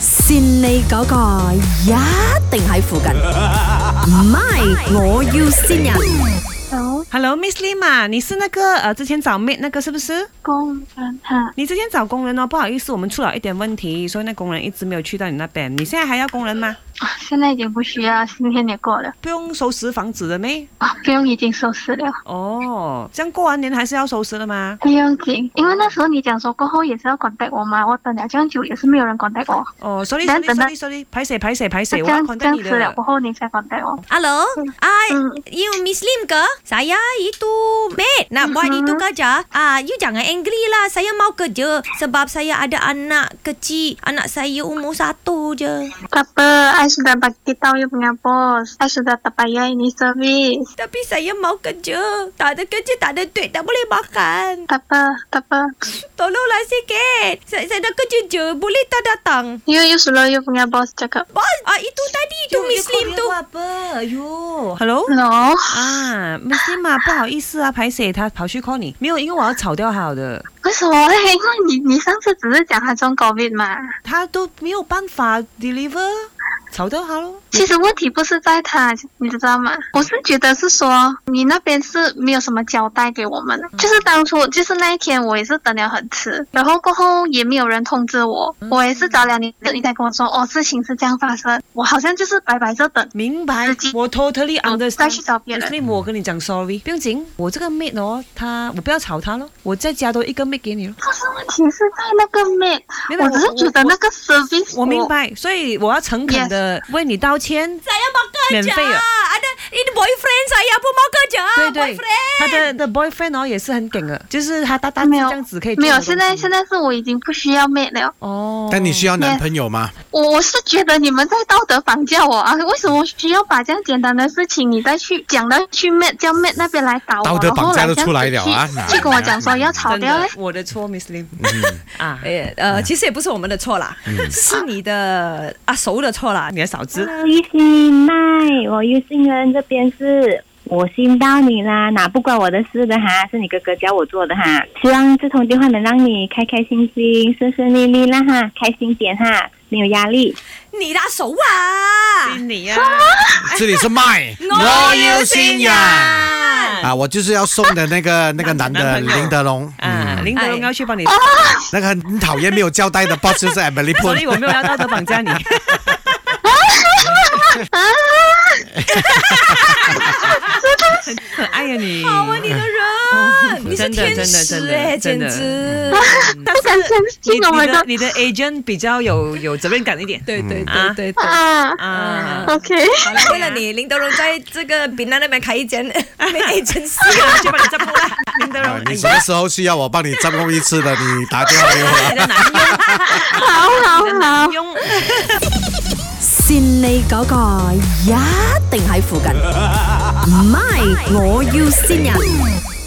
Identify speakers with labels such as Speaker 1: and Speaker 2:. Speaker 1: 善你嗰個一定喺附近，唔係我要線人。
Speaker 2: 早
Speaker 3: Hello，Miss Lima，你是那个呃之前找 Mate 那个是不是？
Speaker 2: 工分哈，
Speaker 3: 你之前找工人哦，不好意思，我们出了一点问题，所以那工人一直没有去到你那边。你现在还要工人吗？
Speaker 2: 现在已经不需要，今天也过了，
Speaker 3: 不用收拾房子的咩？
Speaker 2: 啊，不用已经收拾了，
Speaker 3: 哦，这样过完年还是要收拾的吗？
Speaker 2: 不用紧，因为那时候你讲说过后也是要管带我嘛，我等了这样久也是没有人管带我，
Speaker 3: 哦，sorry
Speaker 2: 等
Speaker 3: sorry
Speaker 2: 等
Speaker 3: sorry sorry，拍谁拍谁拍
Speaker 2: 那
Speaker 3: 谁，
Speaker 2: 这
Speaker 3: 我要
Speaker 2: 样这
Speaker 3: contact
Speaker 2: 样
Speaker 3: 你
Speaker 2: 吃了
Speaker 3: 的哎
Speaker 2: 过。后你才管带我，
Speaker 4: Hello, I,
Speaker 2: Mm.
Speaker 4: you Miss Lim ke? Saya itu maid. Nak buat
Speaker 2: Mhm.
Speaker 4: itu kerja. Ah, you jangan angry lah. Saya mau kerja sebab saya ada anak kecil. Anak saya umur satu je.
Speaker 2: Apa, I sudah bagi tahu you punya bos. I sudah terbayar ini service.
Speaker 4: Tapi saya mau kerja. Tak ada kerja, tak ada duit, tak boleh makan.
Speaker 2: Tak apa, tak apa.
Speaker 4: Tolonglah sikit. Saya, saya nak kerja je. Boleh tak datang?
Speaker 2: You, you suruh you punya bos cakap.
Speaker 3: 哦
Speaker 4: Bos, ah itu tadi tu Miss Lim tu.
Speaker 3: apa？哟，Hello。
Speaker 2: No.
Speaker 3: 啊，Miss Lima，不好意思啊，拍谁他跑去 call 你，没有，因为我要炒掉他的，
Speaker 2: 为什么嘞？因为你你上次只是讲他中 COVID 嘛。
Speaker 3: 他都没有办法 deliver，炒掉他咯。
Speaker 2: 其实问题不是在他，你知道吗？我是觉得是说你那边是没有什么交代给我们的，就是当初就是那一天我也是等了很迟，然后过后也没有人通知我，
Speaker 3: 嗯
Speaker 2: 我也是找了你，你才跟我说哦事情是这样发生，我好像就是白白这等，
Speaker 3: 明白
Speaker 2: 自己，哦
Speaker 3: 我 totally
Speaker 2: 再去
Speaker 3: understand。
Speaker 2: 找别人
Speaker 3: 所。以我跟你讲 sorry，不用紧，我这个 mate 哦，他我不要吵他咯，我在家都一个 mate 给你咯。
Speaker 2: 不是问题是在那个妹，
Speaker 3: 没有
Speaker 2: 我只是觉得那个 service
Speaker 3: 我明白，所以我要诚恳的为你道歉。
Speaker 4: Saya mau kerja.
Speaker 3: 免费啊
Speaker 4: Ada ini boyfriend saya pun mau kerja.
Speaker 3: 对对
Speaker 4: Boyfriend.，
Speaker 3: 他的的 boyfriend 哦也是很梗的，就是他大大只
Speaker 2: 没有
Speaker 3: 这样子可以做
Speaker 2: 没
Speaker 3: 的
Speaker 2: 有，
Speaker 3: 东西
Speaker 2: 现在现在是我已经不需要妹了。
Speaker 3: 哦，
Speaker 5: 但你需要男朋友吗？
Speaker 2: 我我是觉得你们在道德绑架我啊！为什么需要把这样简单的事情，你再去讲到去 met 叫 met 那边来打我，
Speaker 5: 道德绑架都
Speaker 2: 然后来这样子
Speaker 5: 出来了啊
Speaker 2: 去
Speaker 5: 哪来啊
Speaker 2: 去跟我讲说要吵
Speaker 3: 真
Speaker 2: 掉嘞
Speaker 3: 的，，我的错，Miss Lim 啊，
Speaker 6: 哎，呃，其实也不是我们的错啦，
Speaker 3: 嗯
Speaker 6: 是你的阿叔的错啦。
Speaker 3: 你的嫂子，
Speaker 7: 不好意思，麦，我又信任这边是我信到你啦，哪不关我的事的哈，是你哥哥教我做的哈。希望这通电话能让你开开心心、顺顺利利啦哈，开心点哈，没有压力。
Speaker 6: 你的阿叔啊，
Speaker 3: 是你呀，
Speaker 5: 这里是 麦，我有信仰啊！我就是要送的 那个那个男的
Speaker 3: 男朋友
Speaker 5: 林德龙，
Speaker 3: 啊，
Speaker 5: 嗯，
Speaker 3: 林德
Speaker 6: 哎
Speaker 3: 荣要去帮你，
Speaker 5: 那个很讨厌没有交代的 boss 就是 Emily
Speaker 3: 所以
Speaker 5: Poon，
Speaker 3: 我 没有要道德绑架你。很可爱呀你，
Speaker 6: 好啊，你的 人，你是
Speaker 3: 真的
Speaker 6: 天
Speaker 3: 真
Speaker 6: 使
Speaker 3: 的
Speaker 6: 哎，
Speaker 3: 真
Speaker 6: 简
Speaker 3: 的嗯
Speaker 6: 直。
Speaker 3: 但
Speaker 2: 不敢
Speaker 3: 是
Speaker 2: 相
Speaker 3: 你
Speaker 2: 信我
Speaker 3: 你的
Speaker 2: 们的
Speaker 3: 嗯你的 agent 比较有有责任感一点
Speaker 6: 对对
Speaker 3: 啊
Speaker 6: 对对对。
Speaker 2: 啊
Speaker 3: 啊。
Speaker 2: ，OK，
Speaker 6: 好了，为了你，林德荣在这个闽南那边开一 间 没 agency
Speaker 3: 就把你占空了，林德荣
Speaker 5: 啊，你什么时候需要我帮你 占用一次的？你打电话给我。
Speaker 3: 你的男佣，
Speaker 2: 好好好
Speaker 3: 男。佣。
Speaker 1: 善你嗰個一定喺附近，唔係我要線人。